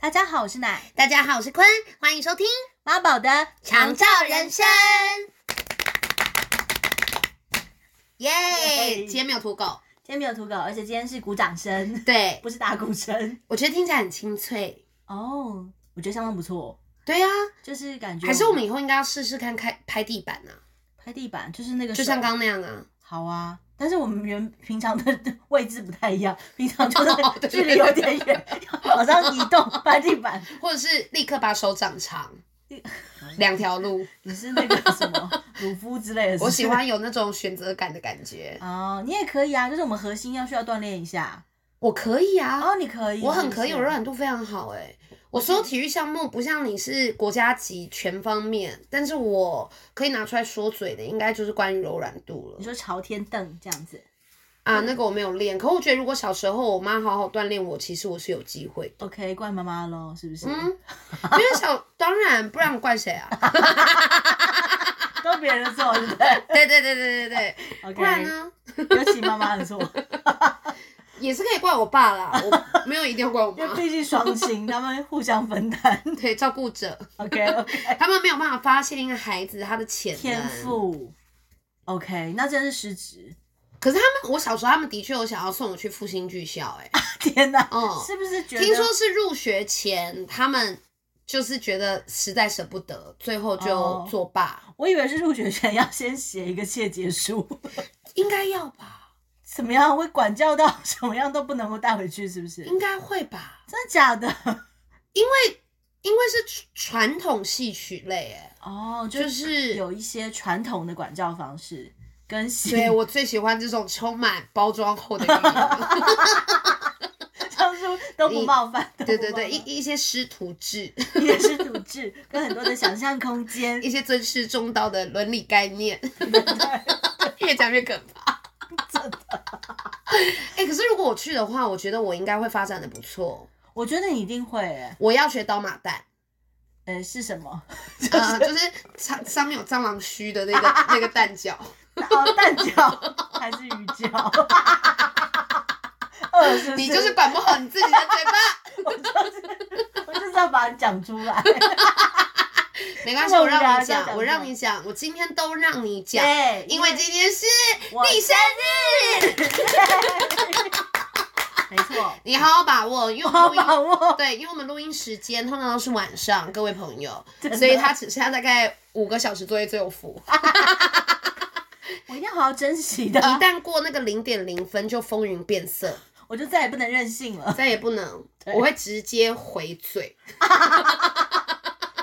大家好，我是奶大家好，我是坤，欢迎收听《妈宝的长照人生》。耶、今天没有土狗。今天没有土狗，而且今天是鼓掌声， 对，不是打鼓声我觉得听起来很清脆。哦。我觉得相当不错，对啊，就是感觉还是我们以后应该要试试看开拍地板啊，拍地板，就是那个就手像刚刚那样啊。好啊。但是我们原平常的位置不太一样， 平常就 哦是对距离有点远， 要马上移动拍地板。或者是立刻把手掌长，两条 路。你是那个什 么鲁夫之类的是不是？我喜欢有那种选择感的感觉。哦，你也可以啊，就是我们核心要需要锻炼一下。我可以啊，哦，你可以，我很可以，是我不是柔软度非常好哎、我所有体育项目不像你是国家级全方面，但是我可以拿出来说嘴的，应该就是关于柔软度你说了朝天凳这样子，嗯啊。那个我没有练，可我觉得如果小时候我妈好好锻炼我，其实我是有机会的。 OK，怪妈妈喽，是不是？嗯，因为小 当然不然我怪谁 啊？都别人的错，对不对对对对对对对，不然 ？OK，呢尤其妈妈的错，也是可以怪我爸啦，我没有一定要怪我 因为 妈。毕竟双亲他们互相分 担。对，照顾者。 OK OK，他们没有办法发现一个孩子他的潜 能天。赋。OK，那真是失职。可是他们，我小时候他们的确有想要送我去复兴剧 校、欸，哎， 天哪，哦嗯是不是觉得？听说是入学前他们就是觉得实在舍不得，最后就哦作罢，我以为是入学前要先写一个切结书， 应该要吧，怎么样会管教到什么样都不能够带回去，是不是？应该会吧，真的假的？ 因为是传统戏曲类、欸，哎。哦，就就是是有一些传统的管教方式跟西对我最喜欢这种充满包装后的力 量当初都不冒犯，都不对对对，冒犯一一些师徒制， 也是土质，跟很多的想象空 间一。些尊师重道的伦理概念， 越讲越可怕。 哎、可是如果我去的话，我觉得我应该会发展的不错。我觉得你一定会、欸，我要学刀马旦，呃，是什么？ 呃，就是上上面有蟑螂须的 那个那个蛋饺，哦，蛋饺还是鱼饺？饿是不是？你就是管不好你自己的嘴巴。我就是要把你讲出来。没关系，这么我无聊让还你是要讲讲，我让你讲，我今天都让你讲，对因为 今天是哎我你生日， 没错，你好好把握， 因为我好哦们录音 把握。对，因为我们录音时间通常都是晚上，各位朋友，真的所以他只剩下大概五个小时作业最有 福。我一定要好好珍惜的，一旦过那个零点零分，就风云变色，我就再也不能任性了。再也不能，对我会直接回嘴。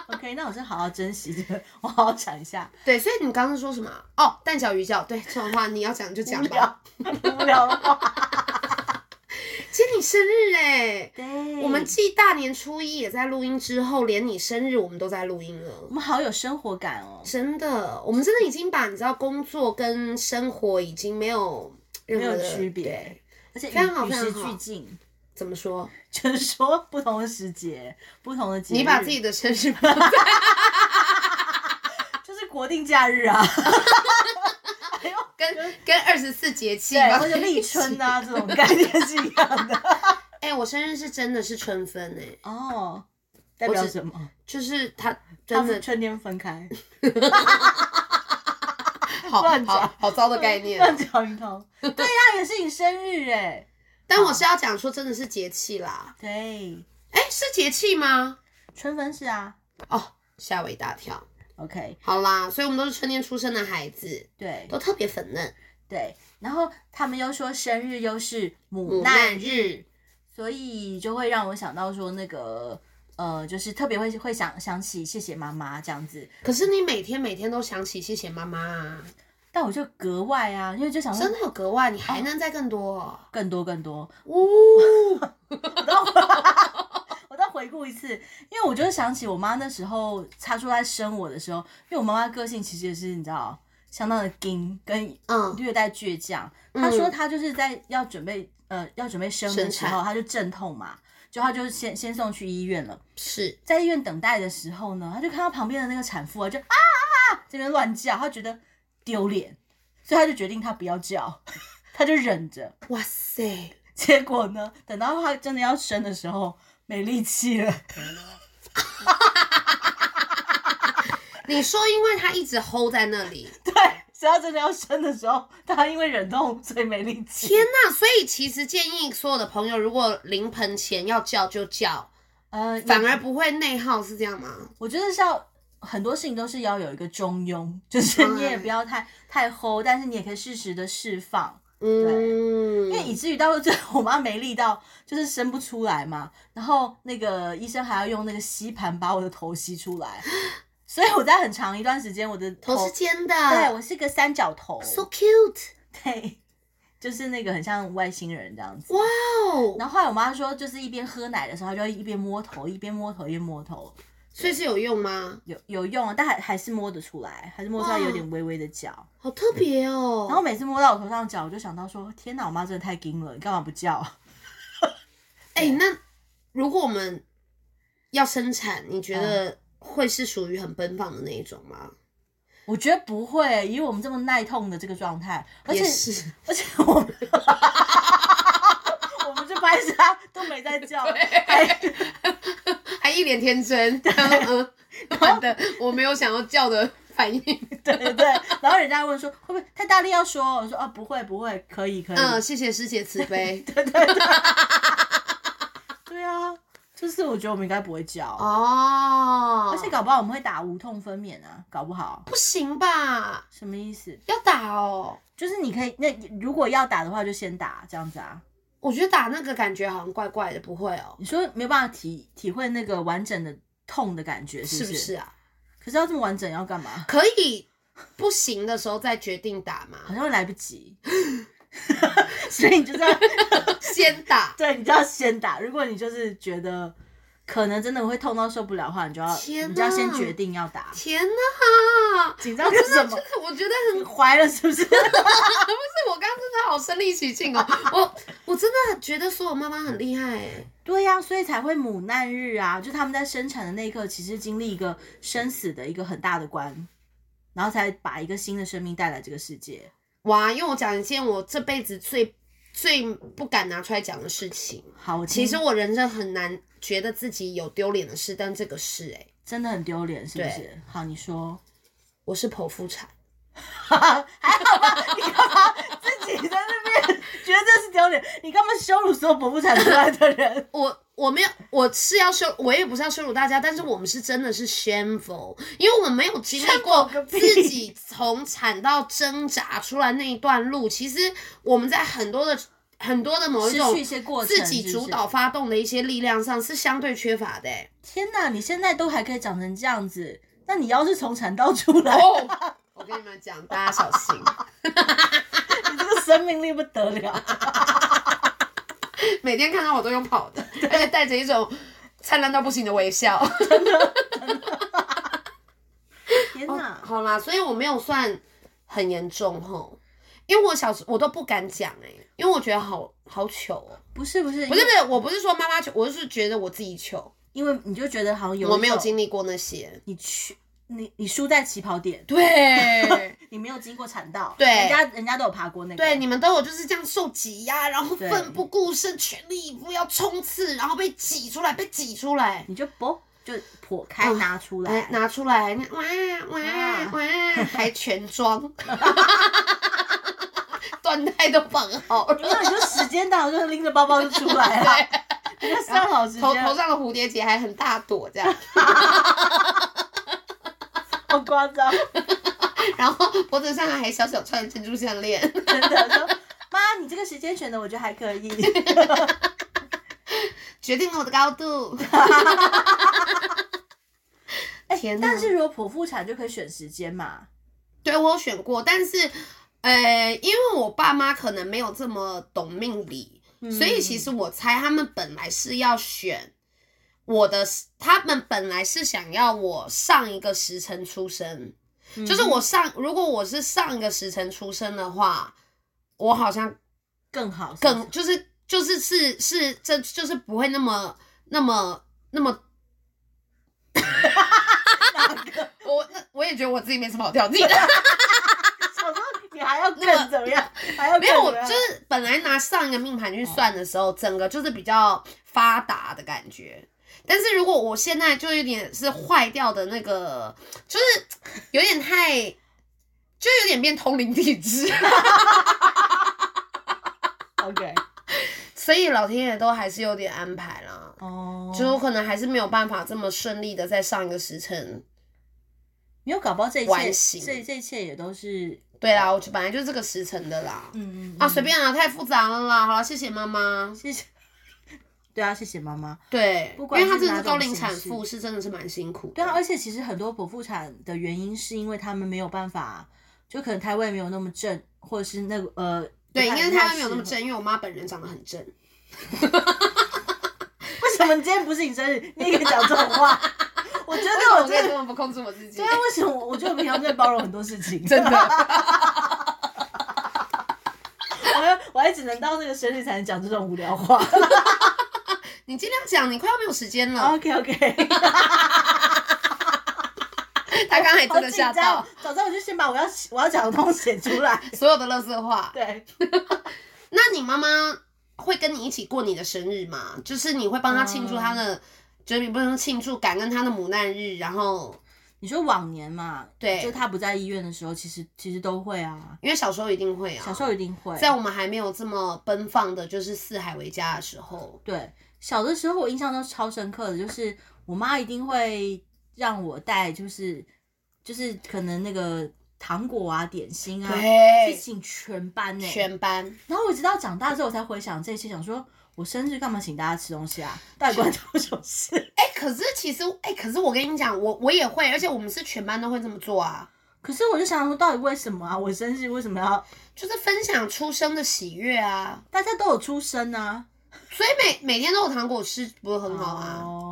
OK，那我是好好珍惜这个，我好好想一下。对，所以你刚刚说什么啊？哦，蛋饺、鱼饺，对，这种话你要讲就讲无吧。聊，无聊哦的 话。今天你生日哎，对，我们继大年初一也在录音之后，连你生日我们都在录音了我。们好有生活感哦，真的，我们真的已经把你知道工作跟生活已经没有任没何有的区别对，而且与非常好与非时常好俱进， 怎么说？就是说不同的时节、不同的节日，你把自己的生日放在就是国定假日啊，哎呦， 跟跟二十四节气对，吗？或者立春啊这种概念是一 样的哎、我生日是真的是春分哎、哦。代表什么？就是它它真是 的春天分 开，好乱讲好好糟的概念。乱讲一通。对呀、也是你生日哎。但我是要讲说，真的是节气啦。对，哎、是节气吗？春分是啊。哦，吓我一大跳。 OK，好啦，所以我们都是春天出生的孩子，对都特别粉嫩。对。然后他们又说生日又是母母难难日，日，所以就会让我想到说那个呃，就是特别会会想想起谢谢妈妈这样子。可是你每天每天都想起谢谢妈妈、啊，但我就格外啊，因为就想说真的有格外，你还能再更多哦。更多更多，哦， 我再回顾一次，因为我就想起我妈那时候她出来生我的时候，因为我妈妈个性其实也是你知道相当的硬，跟嗯，略带倔强。她说她就是在要准备呃要准备生的生时产候，她就阵痛嘛，就她就先先送去医院了。是在医院等待的时候呢，她就看到旁边的那个产妇啊，就啊啊啊这边乱叫，她觉得丢脸，所以她就决定她不要叫，她就忍着。哇塞， 结果呢，等到她真的要生的时候，没力气了。 你说，因为他一直 hold 在那 里，对，只要真的要生的时候，他因为忍痛所以没力气。天呐！所以其实建议所有的朋友，如果临盆前要叫就叫，呃，反也而不会内耗，是这样吗？我觉得是要很多事情都是要有一个中庸，就是嗯你也不要太太齁，但是你也可以适时的释放，嗯，因为以至于到最后我妈没力到，就是生不出来嘛，然后那个医生还要用那个吸盘把我的头吸出来， 所以我在很长一段时间我的头是尖的，对我是个三角头， ，so cute，对，就是那个很像外星人这样子。哇哦！然后后来我妈说，就是一边喝奶的时候，她就会一边摸头，一边摸头，一边摸头，所以是有用吗？有有用啊，但还还是摸得出来，还是摸出来有点微微的脚。好特别哦。然后每次摸到我头上的脚，我就想到说，天哪，我妈真的太精了，你干嘛不叫？ 哎、那如果我们要生产，你嗯觉得会是属于很奔放的那一种吗？我觉得不会，以我们这么耐痛的这个状态，而且也是，而且我们。 我们去拍摄都没在叫，还还一脸 天真，嗯，好的，我没有想要叫的反应。对对对，然后人家问说会不会太大力要说哦，我说啊不会不会，可以可以，嗯，谢谢师姐慈悲。对啊，就是我觉得我们应该不会叫，啊哦，而且搞不好我们会打无痛分娩啊，搞不好不行吧？什么意思？要打哦。就是你可以，那如果要打的话就先打这样子啊。我觉得打那个感觉好像怪怪的，不会哦，你说没有办法体体会那个完整的痛的感觉，是是不不是？是啊？可是要这么完整要干嘛？可以不行的时候再决定打 好嘛，像会来不及，所以你就是要。先打对，你就要先打。如果你就是觉得可能真的会痛到受不了的话，你就要天你就要先哪决定要打。天 哪！紧张是什就么？是我觉得很你怀了是不是？是我刚刚真的好身临其境哦，我我真的觉得所有妈妈很厉害哎，对呀、所以才会母难日啊，就他们在生产的那一刻，其实经历一个生死的一个很大的关，然后才把一个新的生命带来这个世界。哇！因为我讲一件我这辈子最最不敢拿出来讲的事情，好，我其听实我人生很难觉得自己有丢脸的事，但这个是哎，真的很丢脸，是不对是？好，你说， 我是剖腹产，还好吧？你干嘛自己在那边觉得这是丢脸？你干嘛羞辱所有剖腹产出来的人？ 我我没有，我是要羞，我也不是要羞辱大家，但是我们是真的是 shameful，因为我们没有经历 shameful 过个屁自己从产到挣扎出来那一段路。其实我们在很多的很多的某一失种去一些过程，自己主导是不是。发动的一些力量上是相对缺乏的、欸。天哪，你现在都还可以长成这样子，那你要是从产道出来，哦，我跟你们讲，大家小心，你这个生命力不得了。 每天看到我都用跑 的，而且带着一种灿烂到不行的微笑。天哪！好啦，所以我没有算很严重吼，因为我小时我都不敢讲哎、因为我觉得好好糗哦、不是不是不是不是，我不是说妈妈糗，我是觉得我自己糗，因为你就觉得好像有我一没有种经历过那些。你去你你输在起跑点，对你没有经过产道，对人家人家都有爬过那个， 对，你们都有就是这样受挤压，然后对奋不顾身，全力以赴要冲刺，然后被挤出来，被挤出来。你就不就剖开哦拿出来，啊来拿出来，你哇哇哇哇，还全装， 缎带都绑好然后了，你就时间到了就拎着包包就出来了，你就上好时头头间，上的蝴蝶结还很大朵这样， 好夸张，然后脖子上还小小串的珍珠项链， 真的说妈，你这个时间选的我觉得还可 以，决定了我的高 度。哎天哪但是如果剖腹产就可以选时间嘛，对我有选过，但是，呃，因为我爸妈可能没有这么懂命理，嗯所以其实我猜他们本来是要选我的，他们本来是想要我上一个时辰出生，嗯就是我上，如果我是上一个时辰出生的话，我好像更好，是不是更就是就是是是这就是不会那么那么那么。我那我也觉得我自己没什么好挑剔的。小时候你还要那更么怎么样，还要更没有，我怎么样就是本来拿上一个命盘去算的时候，整个就是比较发达的感觉。但是如果我现在就有点是坏掉的那个，就是有点太，就有点变通灵体质， OK，所以老天爷都还是有点安排啦。哦，就我可能还是没有办法这么顺利的在上一个时辰。没有搞不好这一完切，形这这一切也都是对啦，我就本来就是这个时辰的啦。哦嗯嗯啊，随便啦，太复杂了啦。好啦，谢谢妈妈。谢 谢。对啊，谢谢妈妈。对，不因管为她是真的哪是高种龄形产式妇，是真的是蛮辛苦的。对啊，而且其实很多剖腹产的原因是因为他们没有办法，就可能胎位没有那么正，或者是那个呃，对，不太应该是她没有那么。不太适正，因为我妈本人长得很正。合 为什么你今天不是你生日，你也可以讲这种 话？我觉得啊我为什么可以真的这么不控制我自己对？啊，为什么我？我觉得我平常在包容很多事情， 真的。 我还我还只能到那个生日才能讲这种无聊 话。你尽量讲，你快要没有时间了。 OK OK，她刚才好 真的紧吓张到，。早知道我就先把我要我要讲的东西写出 来。所有的乐色话。对，那你妈妈会跟你一起过你的生日吗？就是你会帮她庆嗯祝她的，就是你不能庆祝感恩她的母难日，然后你说往年嘛，对就他不在医院的时候，其实其实都会啊，因为小时候一定会啊，小时候一定会。在我们还没有这么奔放的，就是四海为家的时候，对，小的时候我印象中超深刻的，就是我妈一定会让我带，就是就是可能那个糖果啊、点心啊，去对，请全班呢、全班然后我直到长大之后，我才回想这些，想说我生日干嘛请大家吃东西啊？到底关他什么事？ 哎、可是其实哎、可是我跟你讲，我我也会，而且我们是全班都会这么做啊，可是我就想说，到底为什么啊？我生日为什么要？就是分享出生的喜悦啊，大家都有出生啊，所以每每天都有糖果吃，不是很好啊？哦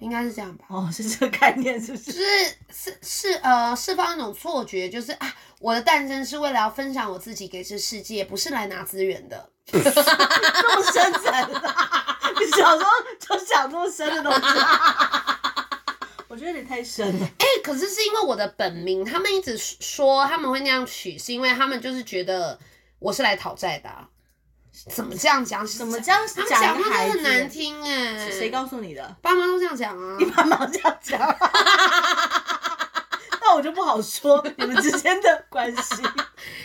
应该是这样吧。哦，是这个概念是不？就是是是是呃，释放一种错觉，就是啊，我的诞生是为了要分享我自己给这世界，不是来拿资源的。这么深层啊！你小时候就想这么深的东西、我觉得有点太深了。哎、可是是因为我的本名，他们一直说他们会那样取，是因为他们就是觉得我是来讨债的啊、 怎么这样讲？怎么这样他们讲讲话孩都子很难听哎、谁告诉你的？ 爸妈都这样讲啊你？爸妈这样讲，那我就不好说你们之间的关系。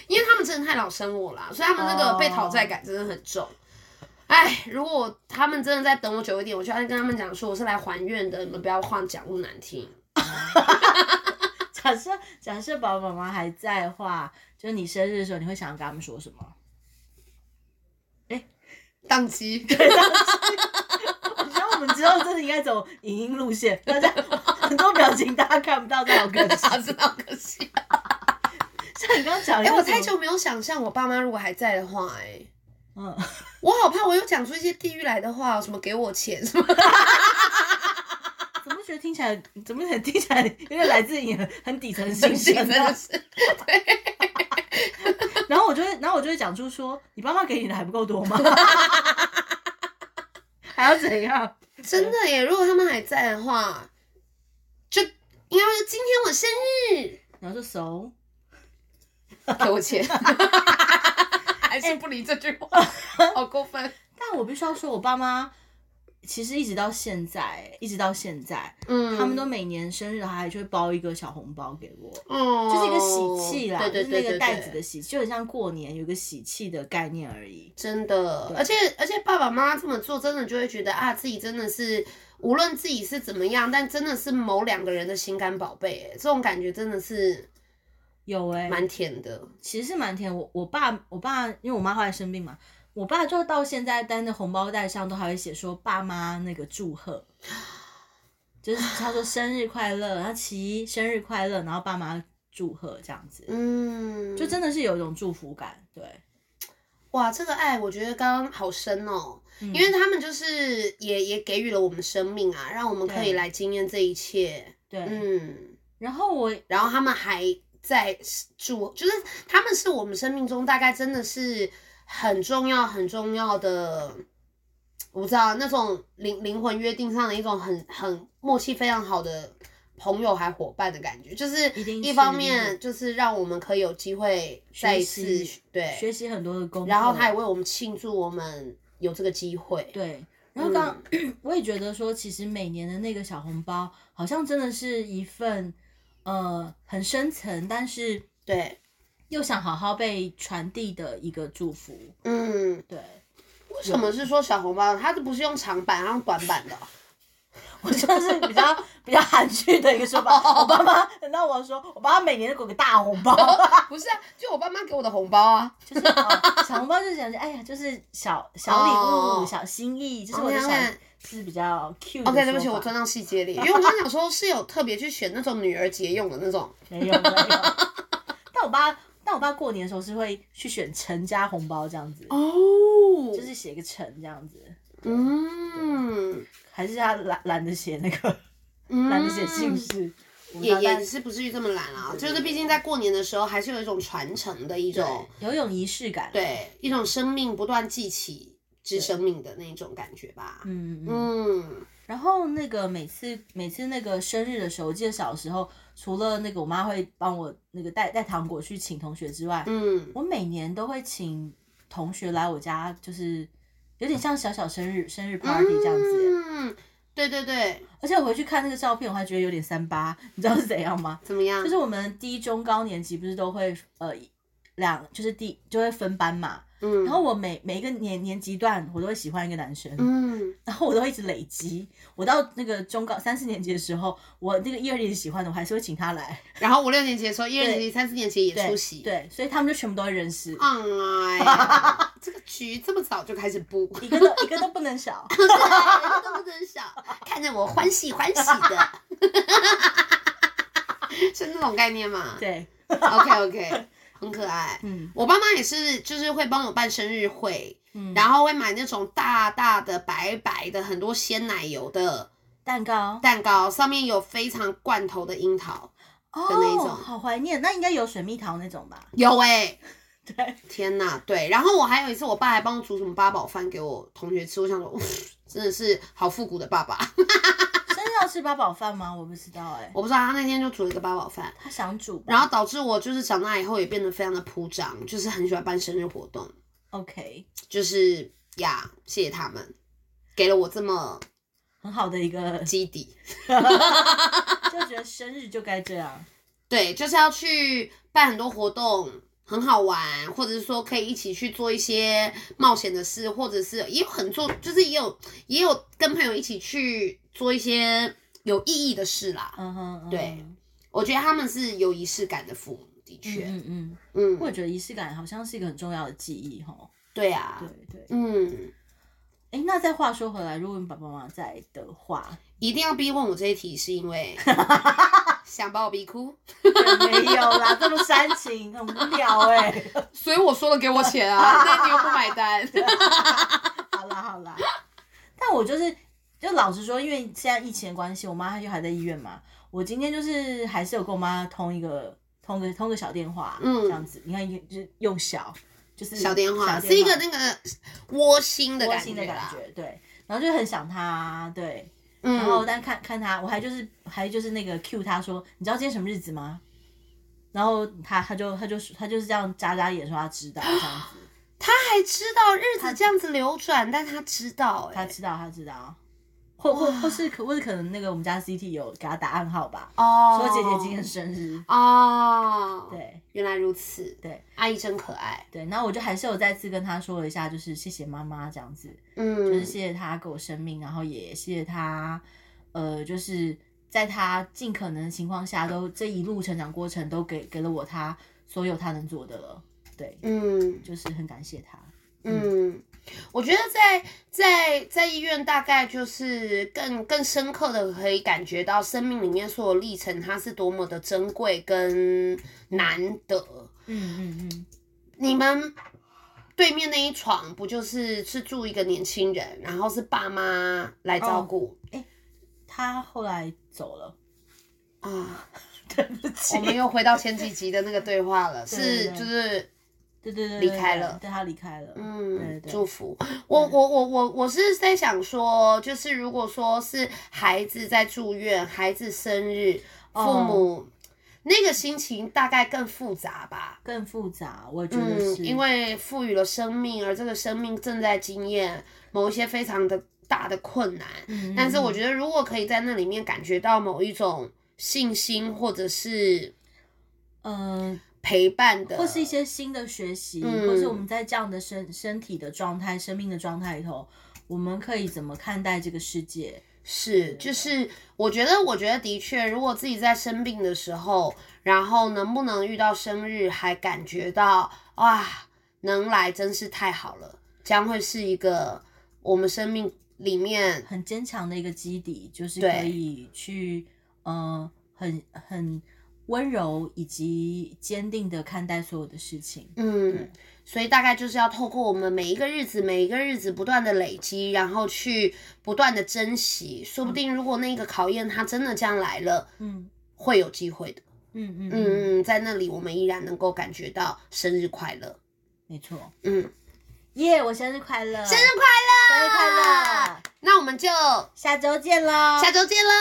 因为他们真的太老生我啦，所以他们那个被讨债感真的很重。哎，如果我他们真的再等我久一点，我就要跟他们讲说我是来还愿的，你们不要话讲那么难听。假设假设爸爸妈妈还在的话，就是你生日的时候，你会想要跟他们说什 么？宕机，我觉得我们之后真的应该走影音路线，大家很多表情大家看不到，但好 可惜。真的好可惜。像你刚刚讲，哎、我太，久没有想象我爸妈如果还在的话、哎，嗯，我好怕我又讲出一些地狱来的话，什么给我钱 什么。怎么觉得听起来，怎么觉得听起来有点来自你很很底层的心声真啊的？是，然后我就会，然后我就会讲出说，你爸妈给你的还不够多吗？ 还要怎样？真的耶！如果他们还在的话，就应该是今天我生日，然后说熟，给我 钱，还是不理这句话，哎好过分。但我必须要说，我爸妈其实一直到现在，一直到现在，嗯，他们都每年生日的话还就会包一个小红包给我，哦，就是一个喜气啦，对对就是对那个对袋子对的喜气，就很像过年有一个喜气的概念而已。真的，而且而且爸爸妈妈这么做，真的就会觉得啊，自己真的是无论自己是怎么样，但真的是某两个人的心肝宝贝耶，这种感觉真的是有哎、蛮甜的。其实是蛮甜。我我爸我爸，因为我妈后来生病嘛，我爸就到现在单的红包袋上都还会写说爸妈那个祝贺，就是他说生日快乐，然后琪生日快乐，然后爸妈祝贺这样子，嗯，就真的是有一种祝福感。对，哇，这个爱我觉得刚刚好深哦，嗯因为他们就是也也给予了我们生命啊，让我们可以对来经验这一切。对，嗯。然后我然后他们还在住，就是他们是我们生命中大概真的是很重要、很重要的，我不知道那种灵灵魂约定上的一种很很默契非常好的朋友还伙伴的感觉，就是一定是一方一定是面就是让我们可以有机会再一次学习对，哦学习很多的功课，然后他也为我们庆祝我们有这个机会，对。然后刚、嗯 我也觉得说，其实每年的那个小红包，好像真的是一份呃很深层，但是对，又想好好被传递的一个祝福。嗯，对， 为什么是说小红包？它不是用长版，它用短版的哦、我就是比较比较含蓄的一个说 哦法。我爸妈等到我说，我爸妈每年都给我个大红包， 不是啊，就我爸妈给我的红包啊。就是、哦小红包就是想着，哎呀，就是小小礼物、哦小心意，就是我的小 OK，OK 是比较 cute 的 OK，对不起，说我法钻到细节里，因为我刚想说是有特别去选那种女儿节用的那种。没有没有。 但我爸，但我爸过年的时候是会去选陈家红包这样子，哦，就是写个陈这样子，嗯，还是他懒懒得写那个，懒男得写姓氏。我不知嗯也道但也是不至于这么懒啊，就是毕竟在过年的时候，还是有一种传承的一种，有一种仪式感。，啊对，一种生命不断记起之生命的那种感觉吧。嗯嗯。嗯，然后那个每次每次那个生日的时候，我记得小时候除了那个我妈会帮我那个带带糖果去请同学之外，嗯，我每年都会请同学来我家，就是有点像小小生日生日 party 这样子。嗯，对对对，而且我回去看那个照片，我还觉得有点三八， 你知道是怎样吗？怎么样就？是我们低中高年级不是都会呃两就是第就会分班嘛，嗯，然后我每每一个年年级段我都会喜欢一个男生，嗯，然后我都会一直累积，我到那个中高三四年级的时候，我那个一二年级喜欢的我还是会请他来，然后五六年级的时候，一二年级、三四年级也对出席。对，所以他们就全部都会认识，哎呀，这个局这么早就开始布，一个都一个都不能 少。对，都不能少，看着我欢喜欢喜的，是那种概念吗对， ？OK OK，很可爱。嗯我爸妈也是，就是会帮我办生日会，嗯，然后会买那种大大的、白白的、很多鲜奶油的蛋糕蛋糕，上面有非常罐头的樱桃。哦那一种好怀念，那应该有水蜜桃那种吧？有哎、 对，天呐，对，然后我还有一次，我爸还帮我煮什么八宝饭给我同学吃，我想说， 哇真的是好复古的爸爸。生日要吃八宝饭吗？我不知道哎、我不知道他那天就煮了一个八宝饭，他想煮吧然后导致我就是长大以后也变得非常的铺张，就是很喜欢办生日活动， ，OK，就是呀，谢谢他们给了我这么很好的一个， 基底。就觉得生日就该这样。对，就是要去办很多活动，很好玩，或者是说可以一起去做一些冒险的事，或者是也有很做，就是也有也有跟朋友一起去做一些有意义的事啦。嗯哼，嗯哼对，我觉得他们是有仪式感的父母，的嗯确，嗯嗯，嗯，我也觉得仪式感好像是一个很重要的记忆哈。对啊对，对，嗯，哎，那再话说回来，如果你爸爸妈妈在的话，一定要逼问我这一题，是因为 想把我逼哭，也没有啦，这么煽情，很无聊哎、 所以我说了给我钱 啊，但你又不买单。 好啦好啦，但我就是就老实说，因为现在疫情的关系，我妈就还在医院嘛。我今天就是还是有跟我妈通一个通个通个小电话，嗯这样子。你看，就是用小，就是小电话小是一个那个窝心的窝感心的觉感啦，觉，对。然后就很想她，对。嗯然后但看看她，我还就是还就是那个 Q 她说，你知道今天什么日子吗？然后她她就她就是她就是这样眨眨眼说她知道这样 子，他还知道日子这样子流转，但他知道、他哎，知道，他知道，或或或是可或是可能那个我们家 CT 有给他打暗号吧，哦，说姐姐今天生日，哦，，对原来如此，对，阿姨真可爱，对，然后我就还是有再次跟他说了一下，就是谢谢妈妈这样子，就是嗯，谢谢他给我生命，然后也谢谢他，呃，就是在他尽可能的情况下都这一路成长过程都给给了我他所有他能做的了，对，嗯就是很感谢他，嗯，我觉得在在在医院，大概就是更更深刻的可以感觉到生命里面所有历程，它是多么的珍贵跟难得。嗯嗯嗯，你们对面那一床不就是是住一个年轻人，然后是爸妈来照哦顾他后来走了，啊？对不起我，们又回到前几集的那个对话了，是对对就是对对对，离对开对了对他离开了，对嗯，对祝福。我我我我我是在想说，就是如果说是孩子在住院，孩子生日，哦父母、那个心情大概更复杂吧。更复杂，我觉得嗯是、，因为赋予了生命，而这个生命正在经验某一些非常的大的困难。嗯但是我觉得，如果可以在那里面感觉到某一种信心，或者是嗯、陪伴的，或是一些新的学习，嗯或是我们在这样的身身体的状态、生命的状态里头，我们可以怎么看待这个世界？是，就是我觉得，我觉得的确，如果自己在生病的时候，然后能不能遇到生日还感觉到哇，能来真是太好了，将会是一个我们生命里面很坚强的一个基底，就是对可以去呃很很温柔以及坚定的看待所有的事情。嗯对，所以大概就是要透过我们每一个日子，每一个日子不断的累积，然后去不断的珍惜，说不定如果那个考验它真的这样来了，嗯会有机会的。嗯嗯嗯，嗯嗯，在那里我们依然能够感觉到生日快乐。没错。嗯，耶我生日快乐！生日快乐，生日快乐！那我们就下周见喽！下周见喽，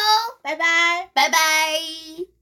拜拜。拜拜。